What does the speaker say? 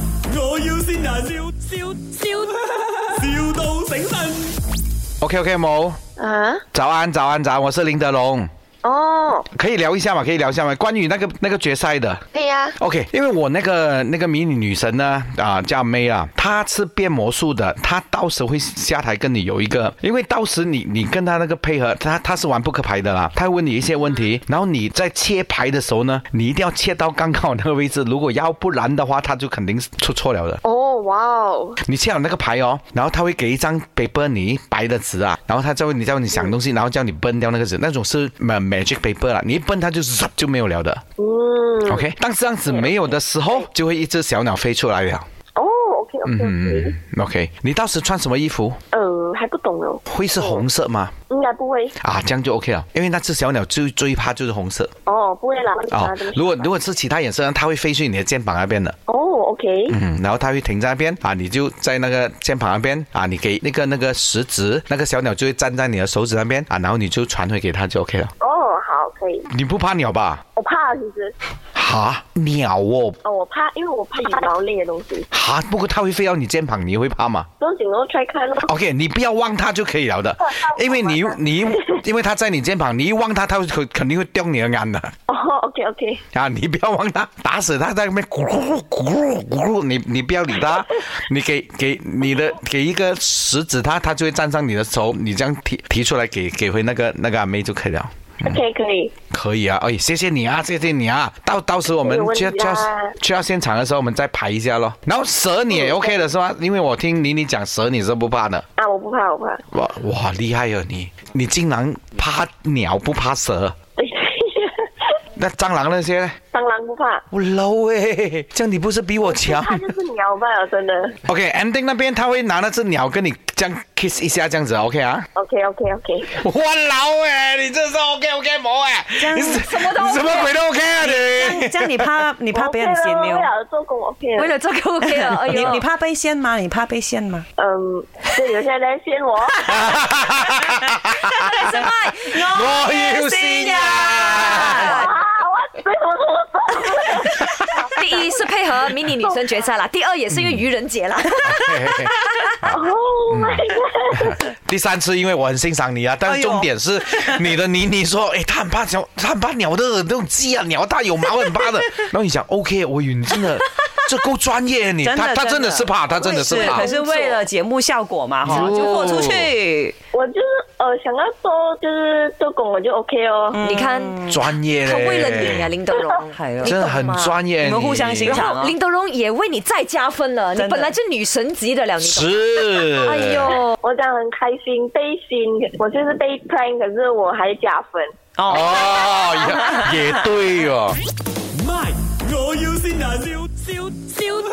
要先人，笑笑笑，,笑到醒神。 OK OK，某，啊，早安早安早安，我是林德龙，哦，可以聊一下嘛？可以聊一下嘛？关于那个那个决赛的。对呀、 OK，因为我那个那个迷你女神呢，啊，叫 May 啊，她是变魔术的，她到时会下台跟你有一个，因为到时你你跟她那个配合，她她是玩扑克牌的啦，她会问你一些问题，然后你在切牌的时候呢，你一定要切到刚好那个位置，如果要不然的话，她就肯定是出错了的。哦，哇哦，你切好那个牌哦，然后他会给一张 paper 你白的纸啊，然后他再问你再问你想东西，然后叫你崩掉那个纸，那种是呃 magic paper 啦，你一崩它就 zap 就没有了的。嗯， OK，当这样子没有的时候，就会一只小鸟飞出来了。嗯哦，OK OK OK，、 OK，你到时穿什么衣服？呃，还不懂哦，会是红色吗？应该不会，啊，这样就 OK 了，因为那只小鸟最最怕就是红色哦，不会啦，我啊、拿这么如果少吧如果是其他颜色呢，它会飞去你的肩膀那边的。哦，OK，嗯，然后它会停在那边啊，你就在那个肩膀那边啊，你给那个那个食指，那个小鸟就会站在你的手指那边啊，然后你就传回给它就 OK 了。哦，好，可以，你不怕鸟吧？我怕其实，哈，鸟哦，哦，我怕，因为我怕羽毛类的东西，哈，不过它会飞到你肩膀，你会怕吗不用紧哦，try 看咯， ？OK，你不要望它就可以了的，因为你你因为它在你肩膀，你一望它，它会肯肯定会掉你的眼的哦，OK OK，啊！你不要望它，打死它在那边咕噜咕噜咕噜，你你不要理 它，你给给你的给一个食指它，它就会站上你的手，你这样提提出来给给回那个那个阿妹就可以了。 OK 可以，可以啊，哎，谢谢你啊，谢谢你啊。到到时我们没有问去题到啊去到去到现场的时候，我们再排一下咯。然后蛇你嗯也 OK 的是吧？因为我听妮妮讲蛇你是不怕的，啊，我不怕，我不 怕，哇哇厉害哦你！你竟然怕鸟不怕蛇，对，那蟑螂那些呢？蟑螂不怕，我 low 哎、这样你不是比我强怕就是鸟吧，真的？OK，ending、那边他会拿那只鸟跟你这样 kiss 一下这样子，OK 啊？ ，OK OK OK，我老哎、你这是 OK OK 魔哎、样你什么都 OK 你什么鬼都 OK 啊 你。哎这样你怕你怕被人我 OK 掀咯没有为？了做工 OK，了 为了这个 OK 了，哎你呦，你怕被掀吗？你怕被掀吗？嗯，所以有些人在骗我， 什么？我啊啊要新啊人。啊，我为什么这么笨？第一是配合迷你女生决赛啦，第二也是因为愚人节啦。 Oh my god！第三次，因为我很欣赏你啊，但哎是呦重点是你的妮妮说，哎，她很怕鸟，她很怕鸟的那种鸡啊，鸟大有毛很怕的。 然后你想，OK，我晕，真的，这够专业啊你，真的她她真的是怕，她真的是怕可。是为了节目效果嘛，哈，就豁出去。我就是呃想要做就是做工我就 OK 哦。嗯 你看，专业嘞，他为了你啊，林德 荣，系咯你嗯哎真懂的吗很专业，你们互相欣然赏后林德荣也为你再加分了，你真的本来就女神级的了，你懂吗。是，哎呦，我这样很开心，被熏，我就是被 prank，可是我还加分。哦，哦，也也对哦。卖，我要先人，笑笑笑，,